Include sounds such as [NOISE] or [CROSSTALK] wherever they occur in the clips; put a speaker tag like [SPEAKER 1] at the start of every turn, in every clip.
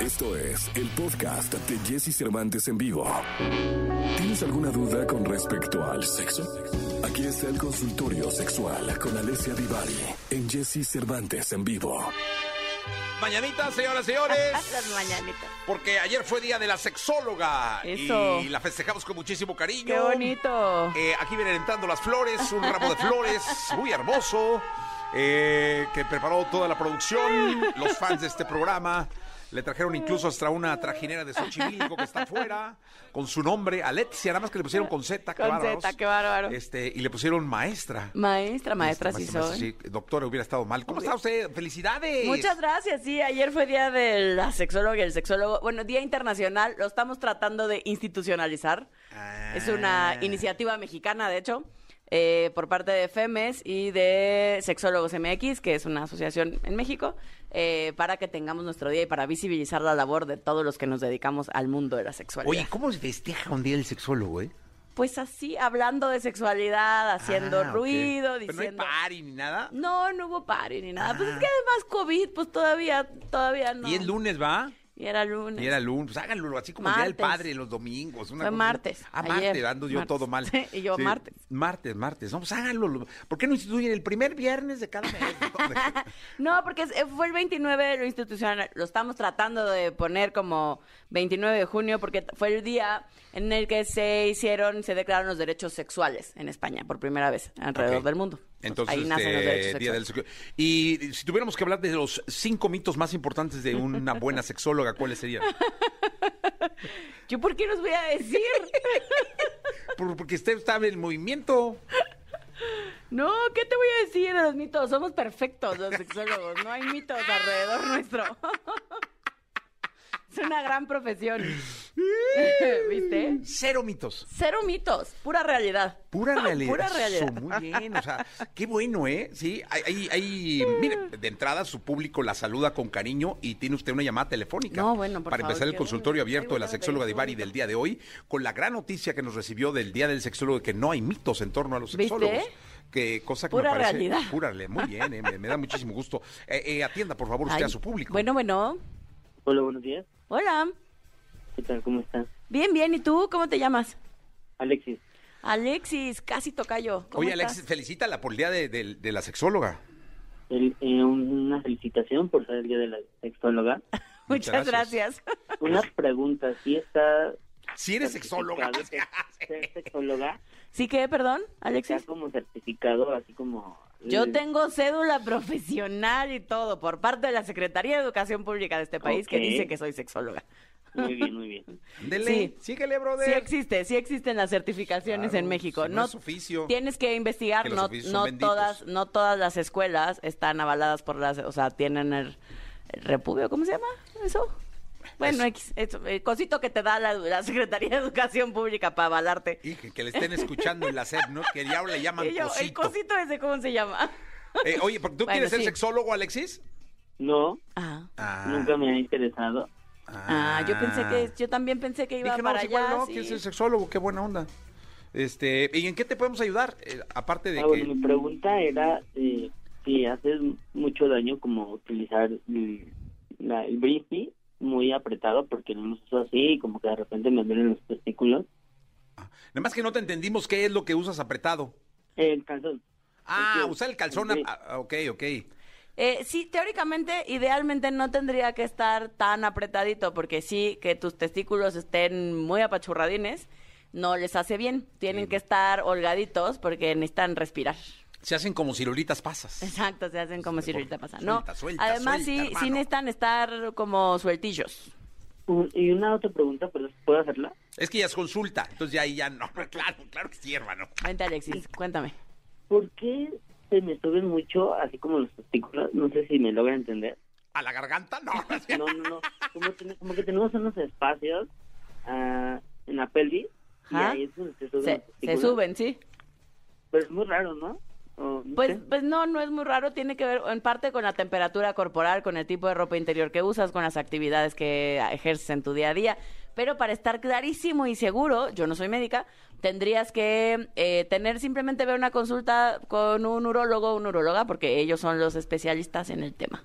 [SPEAKER 1] Esto es el podcast de Jesse Cervantes en vivo. ¿Tienes alguna duda con respecto al sexo? Aquí está el consultorio sexual con Alessia Divari en Jesse Cervantes en vivo.
[SPEAKER 2] Mañanitas,
[SPEAKER 3] [LAUGHS]
[SPEAKER 2] señoras y señores.
[SPEAKER 3] Las mañanitas.
[SPEAKER 2] Porque ayer fue día de la sexóloga.
[SPEAKER 3] Eso.
[SPEAKER 2] Y la festejamos con muchísimo cariño.
[SPEAKER 3] Qué bonito.
[SPEAKER 2] Eh, aquí vienen entrando las flores, un ramo de
[SPEAKER 3] [LAUGHS]
[SPEAKER 2] flores muy hermoso eh, que preparó toda la producción, los fans de este programa. Le trajeron incluso hasta una trajinera de Xochimilco que está afuera, con su nombre, Alexia, nada más que le pusieron con Z, qué
[SPEAKER 3] Con
[SPEAKER 2] bárbaros.
[SPEAKER 3] Z, qué bárbaro.
[SPEAKER 2] Este, y le pusieron maestra.
[SPEAKER 3] Maestra, maestra, sí
[SPEAKER 2] Maestra,
[SPEAKER 3] soy.
[SPEAKER 2] maestra, sí. Doctora, hubiera estado mal. ¿Cómo está usted? ¡Felicidades!
[SPEAKER 3] Muchas gracias, sí, ayer fue día de la sexóloga y el sexólogo, bueno, día internacional, lo estamos tratando de institucionalizar,
[SPEAKER 2] Ah.
[SPEAKER 3] es una iniciativa mexicana, de hecho, eh, por parte de FEMES y de Sexólogos MX, que es una asociación en México, eh, para que tengamos nuestro día y para visibilizar la labor de todos los que nos dedicamos al mundo de la sexualidad.
[SPEAKER 2] Oye, ¿cómo se festeja un día del sexólogo, eh?
[SPEAKER 3] Pues así, hablando de sexualidad, haciendo
[SPEAKER 2] Ah, ok.
[SPEAKER 3] ruido,
[SPEAKER 2] Pero
[SPEAKER 3] diciendo...
[SPEAKER 2] no hay party ni nada.
[SPEAKER 3] No, no hubo party ni nada. Pues
[SPEAKER 2] Ah.
[SPEAKER 3] es que además COVID, pues todavía, todavía no.
[SPEAKER 2] Y es lunes, ¿va?
[SPEAKER 3] Y era lunes.
[SPEAKER 2] Y era lunes. Pues háganlo así como el día del
[SPEAKER 3] Martes.
[SPEAKER 2] padre, los domingos. una
[SPEAKER 3] Fue
[SPEAKER 2] cosa-
[SPEAKER 3] martes,
[SPEAKER 2] Ah,
[SPEAKER 3] ayer.
[SPEAKER 2] martes, ando yo
[SPEAKER 3] Martes.
[SPEAKER 2] todo mal.
[SPEAKER 3] Sí, [LAUGHS] y yo martes.
[SPEAKER 2] Martes, martes. No, pues háganlo. lo- ¿Por qué no instituyen el primer viernes de
[SPEAKER 3] [LAUGHS]
[SPEAKER 2] cada mes?
[SPEAKER 3] No, porque es- eh, fue el 29 lo institucional. Lo estamos tratando de poner como 29 de junio porque t- fue el día en el que se hicieron, se declararon los derechos sexuales en España por primera vez alrededor
[SPEAKER 2] Ok.
[SPEAKER 3] del mundo. Pues
[SPEAKER 2] Entonces,
[SPEAKER 3] ahí nacen los
[SPEAKER 2] este,
[SPEAKER 3] derechos
[SPEAKER 2] día
[SPEAKER 3] sexuales.
[SPEAKER 2] del sexo- Y si tuviéramos que hablar de los cinco mitos más importantes de una buena sexóloga, ¿cuáles
[SPEAKER 3] [LAUGHS]
[SPEAKER 2] serían?
[SPEAKER 3] ¿Yo por qué los voy a decir?
[SPEAKER 2] [LAUGHS] Por- Porque usted está en el movimiento.
[SPEAKER 3] no, ¿qué te voy a decir de los mitos? Somos perfectos los sexólogos. No hay mitos alrededor nuestro. [LAUGHS] es una gran profesión. [LAUGHS] ¿Viste?
[SPEAKER 2] Cero mitos.
[SPEAKER 3] Cero mitos, pura realidad.
[SPEAKER 2] Pura realidad.
[SPEAKER 3] [LAUGHS] Pura realidad.
[SPEAKER 2] Eso, muy bien, o sea, qué bueno, ¿eh? Sí, hay, hay, hay- mire,
[SPEAKER 3] Mm.
[SPEAKER 2] de entrada su público la saluda con cariño y tiene usted una llamada telefónica.
[SPEAKER 3] No, bueno, por
[SPEAKER 2] Para
[SPEAKER 3] favor,
[SPEAKER 2] empezar el
[SPEAKER 3] qué
[SPEAKER 2] consultorio
[SPEAKER 3] bueno,
[SPEAKER 2] abierto de la
[SPEAKER 3] qué bueno,
[SPEAKER 2] sexóloga de Bari
[SPEAKER 3] telefónica.
[SPEAKER 2] del día de hoy, con la gran noticia que nos recibió del día del sexólogo, que no hay mitos en torno a los
[SPEAKER 3] ¿Viste?
[SPEAKER 2] sexólogos. Que cosa que
[SPEAKER 3] Pura
[SPEAKER 2] me parece
[SPEAKER 3] realidad.
[SPEAKER 2] pura realidad. Muy bien, ¿eh? me, me da muchísimo gusto. Eh, eh, atienda, por favor, usted
[SPEAKER 3] Ay,
[SPEAKER 2] a su público.
[SPEAKER 3] Bueno, bueno.
[SPEAKER 4] Hola, buenos días.
[SPEAKER 3] Hola.
[SPEAKER 4] ¿Qué tal? ¿Cómo estás?
[SPEAKER 3] Bien, bien. ¿Y tú cómo te llamas?
[SPEAKER 4] Alexis.
[SPEAKER 3] Alexis, casi tocayo. ¿Cómo
[SPEAKER 2] Oye,
[SPEAKER 3] estás?
[SPEAKER 2] Alexis, felicítala por el día de, de- de la sexóloga.
[SPEAKER 4] El- eh, una felicitación por ser el día de la
[SPEAKER 2] [LAUGHS]
[SPEAKER 4] sexóloga.
[SPEAKER 3] [LAUGHS] Muchas,
[SPEAKER 2] Muchas
[SPEAKER 3] gracias.
[SPEAKER 4] Una pregunta, ¿sí está...
[SPEAKER 2] Si eres sexóloga.
[SPEAKER 4] certificado
[SPEAKER 2] [LAUGHS]
[SPEAKER 4] que Ser sexóloga
[SPEAKER 3] ¿Sí que, perdón,
[SPEAKER 4] está
[SPEAKER 3] Alexis?
[SPEAKER 4] como certificado, así como...
[SPEAKER 3] Yo tengo cédula [LAUGHS] profesional y todo por parte de la Secretaría de Educación Pública de este país
[SPEAKER 4] Ok.
[SPEAKER 3] que dice que soy sexóloga.
[SPEAKER 4] Muy bien, muy bien.
[SPEAKER 2] Ándele,
[SPEAKER 3] Sí.
[SPEAKER 2] síguele,
[SPEAKER 3] Sí
[SPEAKER 2] brother.
[SPEAKER 3] existe, sí existen las certificaciones
[SPEAKER 2] Claro,
[SPEAKER 3] en México.
[SPEAKER 2] si no
[SPEAKER 3] no
[SPEAKER 2] es oficio.
[SPEAKER 3] Tienes que investigar,
[SPEAKER 2] Que los
[SPEAKER 3] no,
[SPEAKER 2] oficios son
[SPEAKER 3] no
[SPEAKER 2] benditos.
[SPEAKER 3] todas, no todas las escuelas están avaladas por las, o sea, tienen el, el repudio, ¿cómo se llama eso? Bueno,
[SPEAKER 2] Eso.
[SPEAKER 3] X, eso, el cosito que te da la, la Secretaría de Educación Pública para avalarte.
[SPEAKER 2] Y que, que le estén escuchando en la SEP, ¿no? Que ya le llaman
[SPEAKER 3] [LAUGHS] Y yo, el
[SPEAKER 2] cosito.
[SPEAKER 3] cosito ese, ¿cómo se llama?
[SPEAKER 2] Eh, oye, ¿pero ¿tú
[SPEAKER 3] Bueno,
[SPEAKER 2] quieres ser
[SPEAKER 3] sí.
[SPEAKER 2] sexólogo, Alexis?
[SPEAKER 4] No,
[SPEAKER 3] Ah,
[SPEAKER 2] Ah,
[SPEAKER 4] nunca me ha interesado.
[SPEAKER 3] ah, yo pensé que, yo también pensé que iba
[SPEAKER 2] Dije, no,
[SPEAKER 3] para
[SPEAKER 2] pues igual
[SPEAKER 3] allá.
[SPEAKER 2] no,
[SPEAKER 3] sí.
[SPEAKER 2] quieres ser sexólogo, qué buena onda. Este, ¿y en qué te podemos ayudar? Eh, aparte de
[SPEAKER 4] Ah, bueno,
[SPEAKER 2] que...
[SPEAKER 4] mi pregunta era eh, si haces mucho daño como utilizar el, la, el briefy muy apretado porque no lo uso así y como que de repente me duelen los testículos.
[SPEAKER 2] Nada más que no te entendimos qué es lo que usas apretado.
[SPEAKER 4] El calzón.
[SPEAKER 2] Ah,
[SPEAKER 4] Ok,
[SPEAKER 2] usar el calzón...
[SPEAKER 4] ok.
[SPEAKER 2] ah, ah, ok, ok.
[SPEAKER 3] Eh, sí, teóricamente, idealmente no tendría que estar tan apretadito, porque sí, que tus testículos estén muy apachurradines no les hace bien. Tienen que estar holgaditos porque necesitan respirar. [LAUGHS]
[SPEAKER 2] Se hacen como cirolitas pasas.
[SPEAKER 3] Exacto, se hacen como si ahorita pasa. No,
[SPEAKER 2] Suelta, suelta,
[SPEAKER 3] además
[SPEAKER 2] suelta,
[SPEAKER 3] sí,
[SPEAKER 2] hermano.
[SPEAKER 3] sí necesitan estar como sueltillos.
[SPEAKER 4] Un- y una otra pregunta, pero ¿puedo hacerla?
[SPEAKER 2] Es que ya es consulta, entonces ya ahí ya no. [LAUGHS] Claro, claro que sí, hermano.
[SPEAKER 3] Vente, Alexis, cuéntame.
[SPEAKER 4] ¿Por qué se me suben mucho, así como los testículos? No sé si me logra entender.
[SPEAKER 2] ¿A la garganta?
[SPEAKER 3] [LAUGHS]
[SPEAKER 2] No.
[SPEAKER 3] ¿Eh?
[SPEAKER 4] No, no, no. Como, ten- como que tenemos unos espacios ah, en la pelvis y
[SPEAKER 3] Ajá.
[SPEAKER 4] ahí es donde se suben.
[SPEAKER 3] Se,
[SPEAKER 4] los
[SPEAKER 3] se
[SPEAKER 4] testículos.
[SPEAKER 3] suben, sí.
[SPEAKER 4] Pero es muy raro, ¿no? O, no
[SPEAKER 3] Pues,
[SPEAKER 4] sé.
[SPEAKER 3] pues no, no es muy raro. Tiene que ver en parte con la temperatura corporal, con el tipo de ropa interior que usas, con las actividades que ejerces en tu día a día. Pero para estar clarísimo y seguro, yo no soy médica, tendrías que eh, tener simplemente ver una consulta con un urólogo o una uróloga, porque ellos son los especialistas en el tema.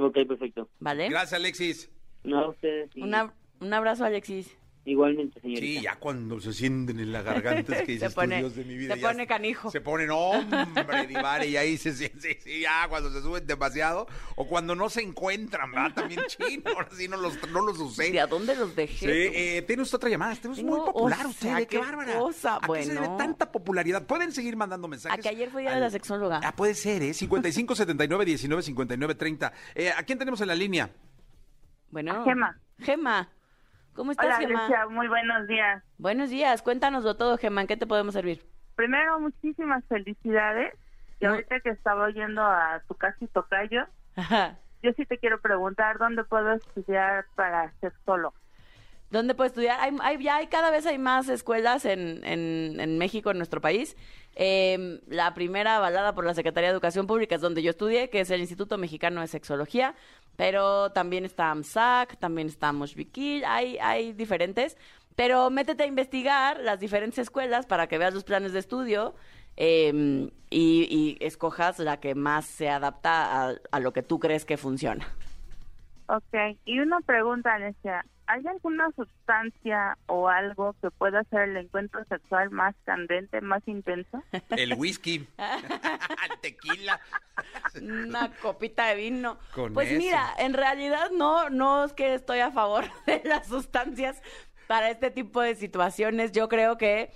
[SPEAKER 4] Ok, perfecto.
[SPEAKER 3] ¿Vale?
[SPEAKER 2] Gracias, Alexis.
[SPEAKER 4] No a ustedes. y
[SPEAKER 3] Un ab- un abrazo, Alexis.
[SPEAKER 4] Igualmente, señorita.
[SPEAKER 2] Sí, ya cuando se sienten en la garganta
[SPEAKER 3] [LAUGHS]
[SPEAKER 2] es que dices,
[SPEAKER 3] Se pone-
[SPEAKER 2] "Tú, Dios de mi vida.
[SPEAKER 3] se
[SPEAKER 2] ya
[SPEAKER 3] pone canijo.
[SPEAKER 2] Se pone, no, hombre, Divari, y ahí se siente, sí, sí, ya cuando se suben demasiado. O cuando no se encuentran,
[SPEAKER 3] [LAUGHS]
[SPEAKER 2] ¿verdad? También chino, ahora sí no los, no los usé.
[SPEAKER 3] ¿De a dónde los
[SPEAKER 2] Sí,
[SPEAKER 3] dejé?
[SPEAKER 2] eh, tiene usted otra llamada. Tenemos
[SPEAKER 3] Tengo,
[SPEAKER 2] muy popular
[SPEAKER 3] o
[SPEAKER 2] usted, ¿eh?
[SPEAKER 3] sea,
[SPEAKER 2] qué,
[SPEAKER 3] qué
[SPEAKER 2] bárbara.
[SPEAKER 3] cosa,
[SPEAKER 2] ¿A qué se debe
[SPEAKER 3] bueno.
[SPEAKER 2] tanta popularidad? Pueden seguir mandando mensajes.
[SPEAKER 3] A que ayer fue día de
[SPEAKER 2] al-
[SPEAKER 3] la sexóloga.
[SPEAKER 2] Ah, puede ser, ¿eh? 55 79 19 59 30. Eh, ¿A quién tenemos en la línea?
[SPEAKER 3] Bueno.
[SPEAKER 5] Gema.
[SPEAKER 3] Gema. ¿Cómo estás,
[SPEAKER 5] Hola,
[SPEAKER 3] Gema?
[SPEAKER 5] Grecia, muy buenos días.
[SPEAKER 3] Buenos días. Cuéntanoslo todo, Gema. ¿En qué te podemos servir?
[SPEAKER 5] Primero, muchísimas felicidades. Y
[SPEAKER 3] Mu-
[SPEAKER 5] ahorita que estaba oyendo a tu casi tocayo,
[SPEAKER 3] Ajá.
[SPEAKER 5] yo sí te quiero preguntar dónde puedo estudiar para ser solo.
[SPEAKER 3] ¿Dónde puedo estudiar? Hay, hay- ya hay cada vez hay más escuelas en, en- en México, en nuestro país. Eh, la primera avalada por la Secretaría de Educación Pública es donde yo estudié, que es el Instituto Mexicano de Sexología, pero también está AMSAC, también está Moshvikil, hay, hay diferentes. Pero métete a investigar las diferentes escuelas para que veas los planes de estudio eh, y, y escojas la que más se adapta a- a lo que tú crees que funciona.
[SPEAKER 5] Ok, y una pregunta, Alicia. ¿Hay alguna sustancia o algo que pueda hacer el encuentro sexual más candente, más intenso?
[SPEAKER 2] El
[SPEAKER 3] [LAUGHS]
[SPEAKER 2] whisky. [LAUGHS] el tequila.
[SPEAKER 3] una copita de vino.
[SPEAKER 2] Con
[SPEAKER 3] pues
[SPEAKER 2] eso.
[SPEAKER 3] mira, en realidad no, no es que estoy a favor [LAUGHS] de las sustancias para este tipo de situaciones. Yo creo que,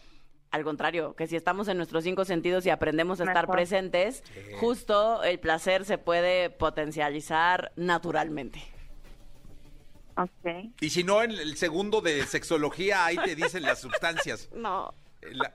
[SPEAKER 3] al contrario, que si estamos en nuestros cinco sentidos y aprendemos a estar
[SPEAKER 5] Mejor.
[SPEAKER 3] presentes, justo el placer se puede potencializar naturalmente.
[SPEAKER 5] Ok.
[SPEAKER 2] Y si no, en el segundo de sexología, ahí te dicen las
[SPEAKER 5] [LAUGHS]
[SPEAKER 2] sustancias. Eh,
[SPEAKER 3] No.
[SPEAKER 2] La-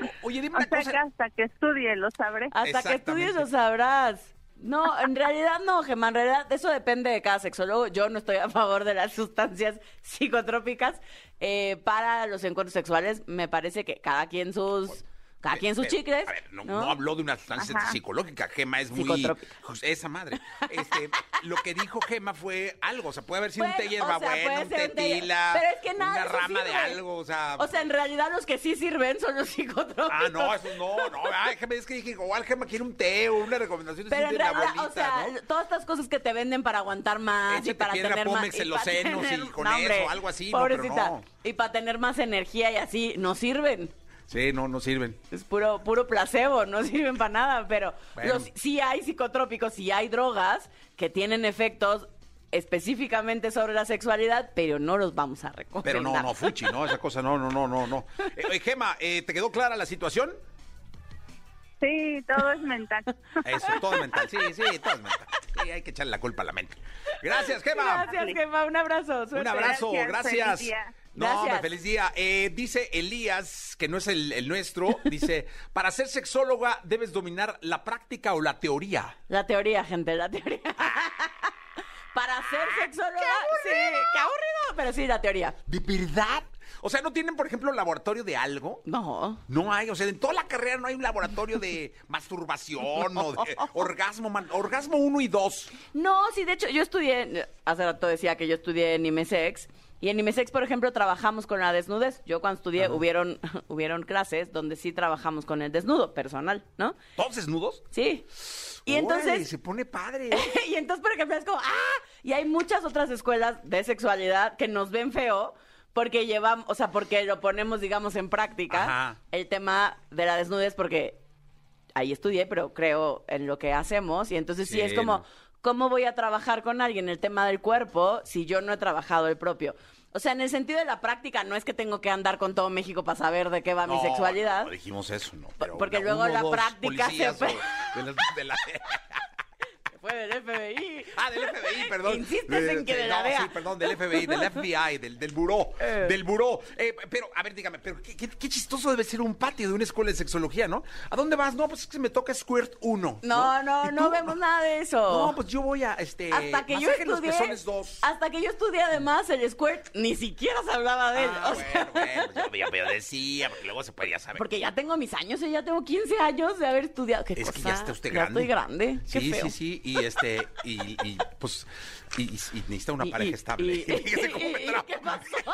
[SPEAKER 2] O- Oye, dime
[SPEAKER 5] O
[SPEAKER 2] una
[SPEAKER 5] sea que
[SPEAKER 2] cosa.
[SPEAKER 5] hasta que estudie lo sabré.
[SPEAKER 3] Hasta que estudies
[SPEAKER 2] Exactamente.
[SPEAKER 3] lo sabrás. No, en realidad no, Gemma, en realidad eso depende de cada sexólogo. Yo no estoy a favor de las sustancias [LAUGHS] psicotrópicas eh, para los encuentros sexuales. Me parece que cada quien sus, cada quien sus
[SPEAKER 2] Eh,
[SPEAKER 3] chicles.
[SPEAKER 2] a ver, no,
[SPEAKER 3] ¿no?
[SPEAKER 2] no habló de una sustancia
[SPEAKER 5] Ajá.
[SPEAKER 2] psicológica. Gema es muy.
[SPEAKER 3] Psicotrópica.
[SPEAKER 2] Esa madre. Este, lo que dijo Gema fue algo. O sea, puede haber sido un té
[SPEAKER 3] Bueno, o sea,
[SPEAKER 2] hierbabuena,
[SPEAKER 3] puede
[SPEAKER 2] un
[SPEAKER 3] ser un té-
[SPEAKER 2] tetila.
[SPEAKER 3] Pero es que nada
[SPEAKER 2] Una
[SPEAKER 3] de eso
[SPEAKER 2] rama de
[SPEAKER 3] sirve.
[SPEAKER 2] algo. O sea.
[SPEAKER 3] O sea, en realidad los que sí sirven son los [LAUGHS] psicotrópicos.
[SPEAKER 2] Ah, no, eso no, no. Ay, Gema, es que dije, igual Gema quiere un té o una recomendación de
[SPEAKER 3] Pero
[SPEAKER 2] un
[SPEAKER 3] en
[SPEAKER 2] té de la
[SPEAKER 3] realidad,
[SPEAKER 2] abuelita,
[SPEAKER 3] o sea,
[SPEAKER 2] ¿no?
[SPEAKER 3] todas estas cosas que te venden para aguantar más y
[SPEAKER 2] Échate
[SPEAKER 3] para
[SPEAKER 2] piedra
[SPEAKER 3] tener más.
[SPEAKER 2] Pómex en los
[SPEAKER 3] para
[SPEAKER 2] senos y con eso, algo así, no, pero
[SPEAKER 3] Pobrecita.
[SPEAKER 2] no.
[SPEAKER 3] Y para tener más energía y así, no sirven.
[SPEAKER 2] Sí, no, no sirven.
[SPEAKER 3] Es puro, puro placebo, no [LAUGHS] sirven para nada, pero
[SPEAKER 2] Bueno.
[SPEAKER 3] los, sí hay psicotrópicos, sí hay drogas que tienen efectos específicamente sobre la sexualidad, pero no los vamos a [LAUGHS] recomendar.
[SPEAKER 2] Pero no, no, Fuchi, no, esa cosa, no, no, no, no, no. Eh, oye, Gema, eh, ¿te quedó clara la situación?
[SPEAKER 5] Sí, todo es mental.
[SPEAKER 2] Eso, todo mental. Sí, sí, todo es mental. Sí, hay que echarle la culpa a la mente. Gracias, Gema.
[SPEAKER 3] Gracias, Gemma, un abrazo.
[SPEAKER 2] Un
[SPEAKER 3] suerte.
[SPEAKER 2] abrazo,
[SPEAKER 5] Gracias,
[SPEAKER 2] gracias.
[SPEAKER 5] feliz día.
[SPEAKER 2] No,
[SPEAKER 3] Gracias.
[SPEAKER 2] hombre, feliz día. Eh, dice Elías, que no es el, el nuestro, dice, para ser sexóloga debes dominar la práctica o la teoría.
[SPEAKER 3] La teoría, gente, la teoría. [LAUGHS] Para ser sexóloga, sí, ¡Ah! qué aburrido, pero sí, la teoría.
[SPEAKER 2] ¿De verdad? O sea, ¿no tienen, por ejemplo, laboratorio de algo?
[SPEAKER 3] No.
[SPEAKER 2] No hay, o sea, en toda la carrera no hay un laboratorio de masturbación o de orgasmo, man- orgasmo 1 y 2.
[SPEAKER 3] No, sí, de hecho, yo estudié, hace rato decía que yo estudié en IMESEX, y en IMESEX, por ejemplo, trabajamos con la desnudez. Yo cuando estudié hubieron, [LAUGHS] hubieron clases donde sí trabajamos con el desnudo personal, ¿no?
[SPEAKER 2] ¿Todos desnudos?
[SPEAKER 3] Sí. Y
[SPEAKER 2] Órale,
[SPEAKER 3] entonces,
[SPEAKER 2] se pone padre. ¿eh?
[SPEAKER 3] [LAUGHS] y entonces, por ejemplo, es como, ¡ah! Y hay muchas otras escuelas de sexualidad que nos ven feo porque llevamos, o sea, porque lo ponemos, digamos, en práctica,
[SPEAKER 2] Ajá.
[SPEAKER 3] el tema de la desnudez, porque ahí estudié, pero creo en lo que hacemos. Y entonces sí,
[SPEAKER 2] Sí,
[SPEAKER 3] es como,
[SPEAKER 2] no.
[SPEAKER 3] ¿cómo voy a trabajar con alguien el tema del cuerpo si yo no he trabajado el propio? O sea, en el sentido de la práctica, no es que tengo que andar con todo México para saber de qué va mi
[SPEAKER 2] No,
[SPEAKER 3] sexualidad.
[SPEAKER 2] No, dijimos eso, no. pero
[SPEAKER 3] porque
[SPEAKER 2] una-
[SPEAKER 3] luego
[SPEAKER 2] uno,
[SPEAKER 3] la
[SPEAKER 2] dos
[SPEAKER 3] práctica se
[SPEAKER 2] policías
[SPEAKER 3] fue.
[SPEAKER 2] o de la- de la- [LAUGHS]
[SPEAKER 3] Fue del FBI.
[SPEAKER 2] Ah, del
[SPEAKER 3] [LAUGHS]
[SPEAKER 2] FBI, perdón.
[SPEAKER 3] Insistes en que de la
[SPEAKER 2] no,
[SPEAKER 3] DEA.
[SPEAKER 2] Sí, perdón, del FBI,
[SPEAKER 3] [LAUGHS]
[SPEAKER 2] del FBI, del, del buró.
[SPEAKER 3] Eh.
[SPEAKER 2] Del buró. Eh, pero, a ver, dígame, pero qué, qué- qué chistoso debe ser un patio de una escuela de sexología, ¿no? ¿A dónde vas? No, pues es que me toca Squirt 1.
[SPEAKER 3] No, no,
[SPEAKER 2] ¿Y
[SPEAKER 3] no
[SPEAKER 2] tú?
[SPEAKER 3] vemos nada de eso.
[SPEAKER 2] No, pues yo voy a este.
[SPEAKER 3] hasta que yo
[SPEAKER 2] masaje en
[SPEAKER 3] estudié,
[SPEAKER 2] Los pezones 2.
[SPEAKER 3] hasta que yo estudié además el squirt, ni siquiera se hablaba de él.
[SPEAKER 2] Ah,
[SPEAKER 3] o sea,
[SPEAKER 2] bueno, bueno, yo- yo, yo decía, porque luego se podía saber.
[SPEAKER 3] [LAUGHS] porque ya tengo mis años, y ya tengo 15 años de haber estudiado. ¿Qué
[SPEAKER 2] Es que
[SPEAKER 3] cosa?
[SPEAKER 2] ya está usted
[SPEAKER 3] Ya
[SPEAKER 2] grande.
[SPEAKER 3] estoy grande. Qué
[SPEAKER 2] Sí,
[SPEAKER 3] feo.
[SPEAKER 2] sí, sí. Y este, y, y, pues, y, y- y necesita una
[SPEAKER 3] Y-
[SPEAKER 2] pareja
[SPEAKER 3] y-
[SPEAKER 2] estable.
[SPEAKER 3] y-
[SPEAKER 2] [LAUGHS] Fíjese cómo me
[SPEAKER 3] y-
[SPEAKER 2] trabajo.
[SPEAKER 3] [LAUGHS] ¿Qué pasó?
[SPEAKER 2] [LAUGHS]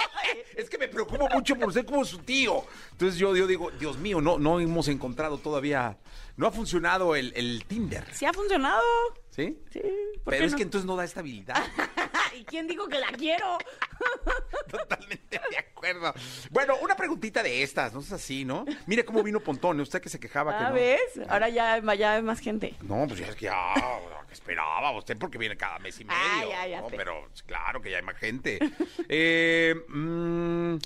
[SPEAKER 2] Es que me preocupo mucho por ser como su tío. Entonces yo, yo digo, Dios mío, no, no hemos encontrado todavía, no ha funcionado el, el Tinder,
[SPEAKER 3] Sí ha funcionado.
[SPEAKER 2] ¿sí?
[SPEAKER 3] Sí. ¿por
[SPEAKER 2] Pero
[SPEAKER 3] qué
[SPEAKER 2] es
[SPEAKER 3] no? [LAUGHS]
[SPEAKER 2] que entonces no da estabilidad. [LAUGHS]
[SPEAKER 3] ¿Y quién dijo que la quiero?
[SPEAKER 2] Totalmente de acuerdo. Bueno, una preguntita de estas, no es así, ¿no? Mire cómo vino Pontón, usted que se quejaba que
[SPEAKER 3] Ah,
[SPEAKER 2] no.
[SPEAKER 3] ¿ves? Ahora ya, ya hay más gente.
[SPEAKER 2] No, pues ya es que [LAUGHS] ya lo que esperaba usted porque viene cada mes y medio.
[SPEAKER 3] Ah, ya, ya
[SPEAKER 2] ¿no?
[SPEAKER 3] sé.
[SPEAKER 2] Pero pues, claro que ya hay más gente. [LAUGHS] Eh, mm,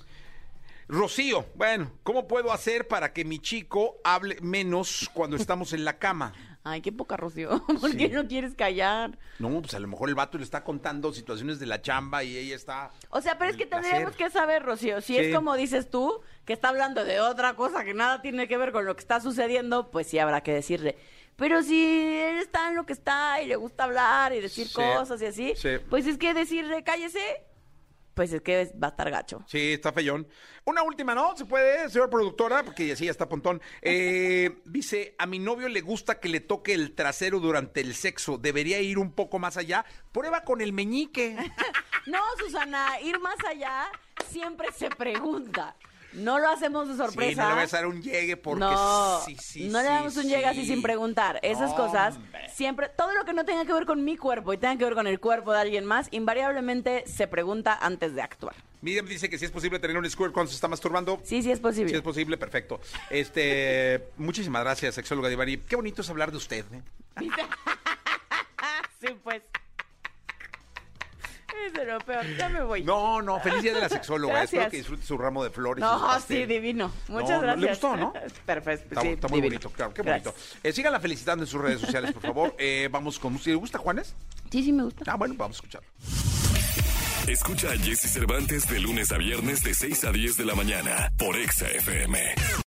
[SPEAKER 2] Rocío, bueno, ¿cómo puedo hacer para que mi chico hable menos cuando estamos en la
[SPEAKER 3] [LAUGHS]
[SPEAKER 2] cama?
[SPEAKER 3] Ay, qué poca Rocío. [LAUGHS] ¿Por qué
[SPEAKER 2] Sí.
[SPEAKER 3] no quieres callar?
[SPEAKER 2] No, pues a lo mejor el vato le está contando situaciones de la chamba y ella está...
[SPEAKER 3] O sea, pero es que
[SPEAKER 2] El placer.
[SPEAKER 3] tendríamos que saber, Rocío, si
[SPEAKER 2] Sí.
[SPEAKER 3] es como dices tú, que está hablando de otra cosa que nada tiene que ver con lo que está sucediendo, pues sí habrá que decirle. Pero si él está en lo que está y le gusta hablar y decir
[SPEAKER 2] Sí.
[SPEAKER 3] cosas y así,
[SPEAKER 2] Sí.
[SPEAKER 3] pues es que decirle cállese, pues es que es- va a estar gacho.
[SPEAKER 2] Sí, está feyón. Una última, ¿no? ¿Se puede, señora productora? Porque así ya está Pontón. Eh, [LAUGHS] dice, a mi novio le gusta que le toque el trasero durante el sexo. Debería ir un poco más allá. Prueba con el
[SPEAKER 3] [LAUGHS]
[SPEAKER 2] meñique.
[SPEAKER 3] No, Susana, ir más allá siempre se pregunta. No lo hacemos de sorpresa.
[SPEAKER 2] Sí, no le voy a dar un llegue porque
[SPEAKER 3] no,
[SPEAKER 2] sí, sí,
[SPEAKER 3] no le
[SPEAKER 2] sí,
[SPEAKER 3] damos un llegue así
[SPEAKER 2] sí.
[SPEAKER 3] sin preguntar. Esas
[SPEAKER 2] No,
[SPEAKER 3] cosas
[SPEAKER 2] hombre.
[SPEAKER 3] siempre, todo lo que no tenga que ver con mi cuerpo y tenga que ver con el cuerpo de alguien más, invariablemente se pregunta antes de actuar.
[SPEAKER 2] Miriam dice que si es posible tener un squirt cuando se está masturbando.
[SPEAKER 3] Sí, sí es posible.
[SPEAKER 2] Si es posible, perfecto. Este, [LAUGHS] muchísimas gracias, sexóloga Divari. Qué bonito es hablar de usted. ¿eh?
[SPEAKER 3] ¿Viste? [LAUGHS] sí, pues. Eso es lo peor. Ya me voy.
[SPEAKER 2] No, no, feliz día de la sexóloga.
[SPEAKER 3] [LAUGHS] Gracias.
[SPEAKER 2] Espero que disfrute su ramo de flores. y su
[SPEAKER 3] No,
[SPEAKER 2] pastel.
[SPEAKER 3] sí, divino. Muchas
[SPEAKER 2] No, no,
[SPEAKER 3] gracias.
[SPEAKER 2] le gustó, ¿no?
[SPEAKER 3] [LAUGHS] Perfecto.
[SPEAKER 2] Está,
[SPEAKER 3] sí,
[SPEAKER 2] está muy
[SPEAKER 3] divino.
[SPEAKER 2] bonito, claro, qué
[SPEAKER 3] Gracias.
[SPEAKER 2] bonito. Eh, síganla felicitando en sus redes sociales, por favor. Eh, vamos con música. ¿Le gusta Juanes?
[SPEAKER 3] Sí, sí, me gusta.
[SPEAKER 2] Ah, bueno, vamos a escuchar.
[SPEAKER 1] Escucha a Jesse Cervantes de lunes a viernes de 6 a 10 de la mañana por Exa FM.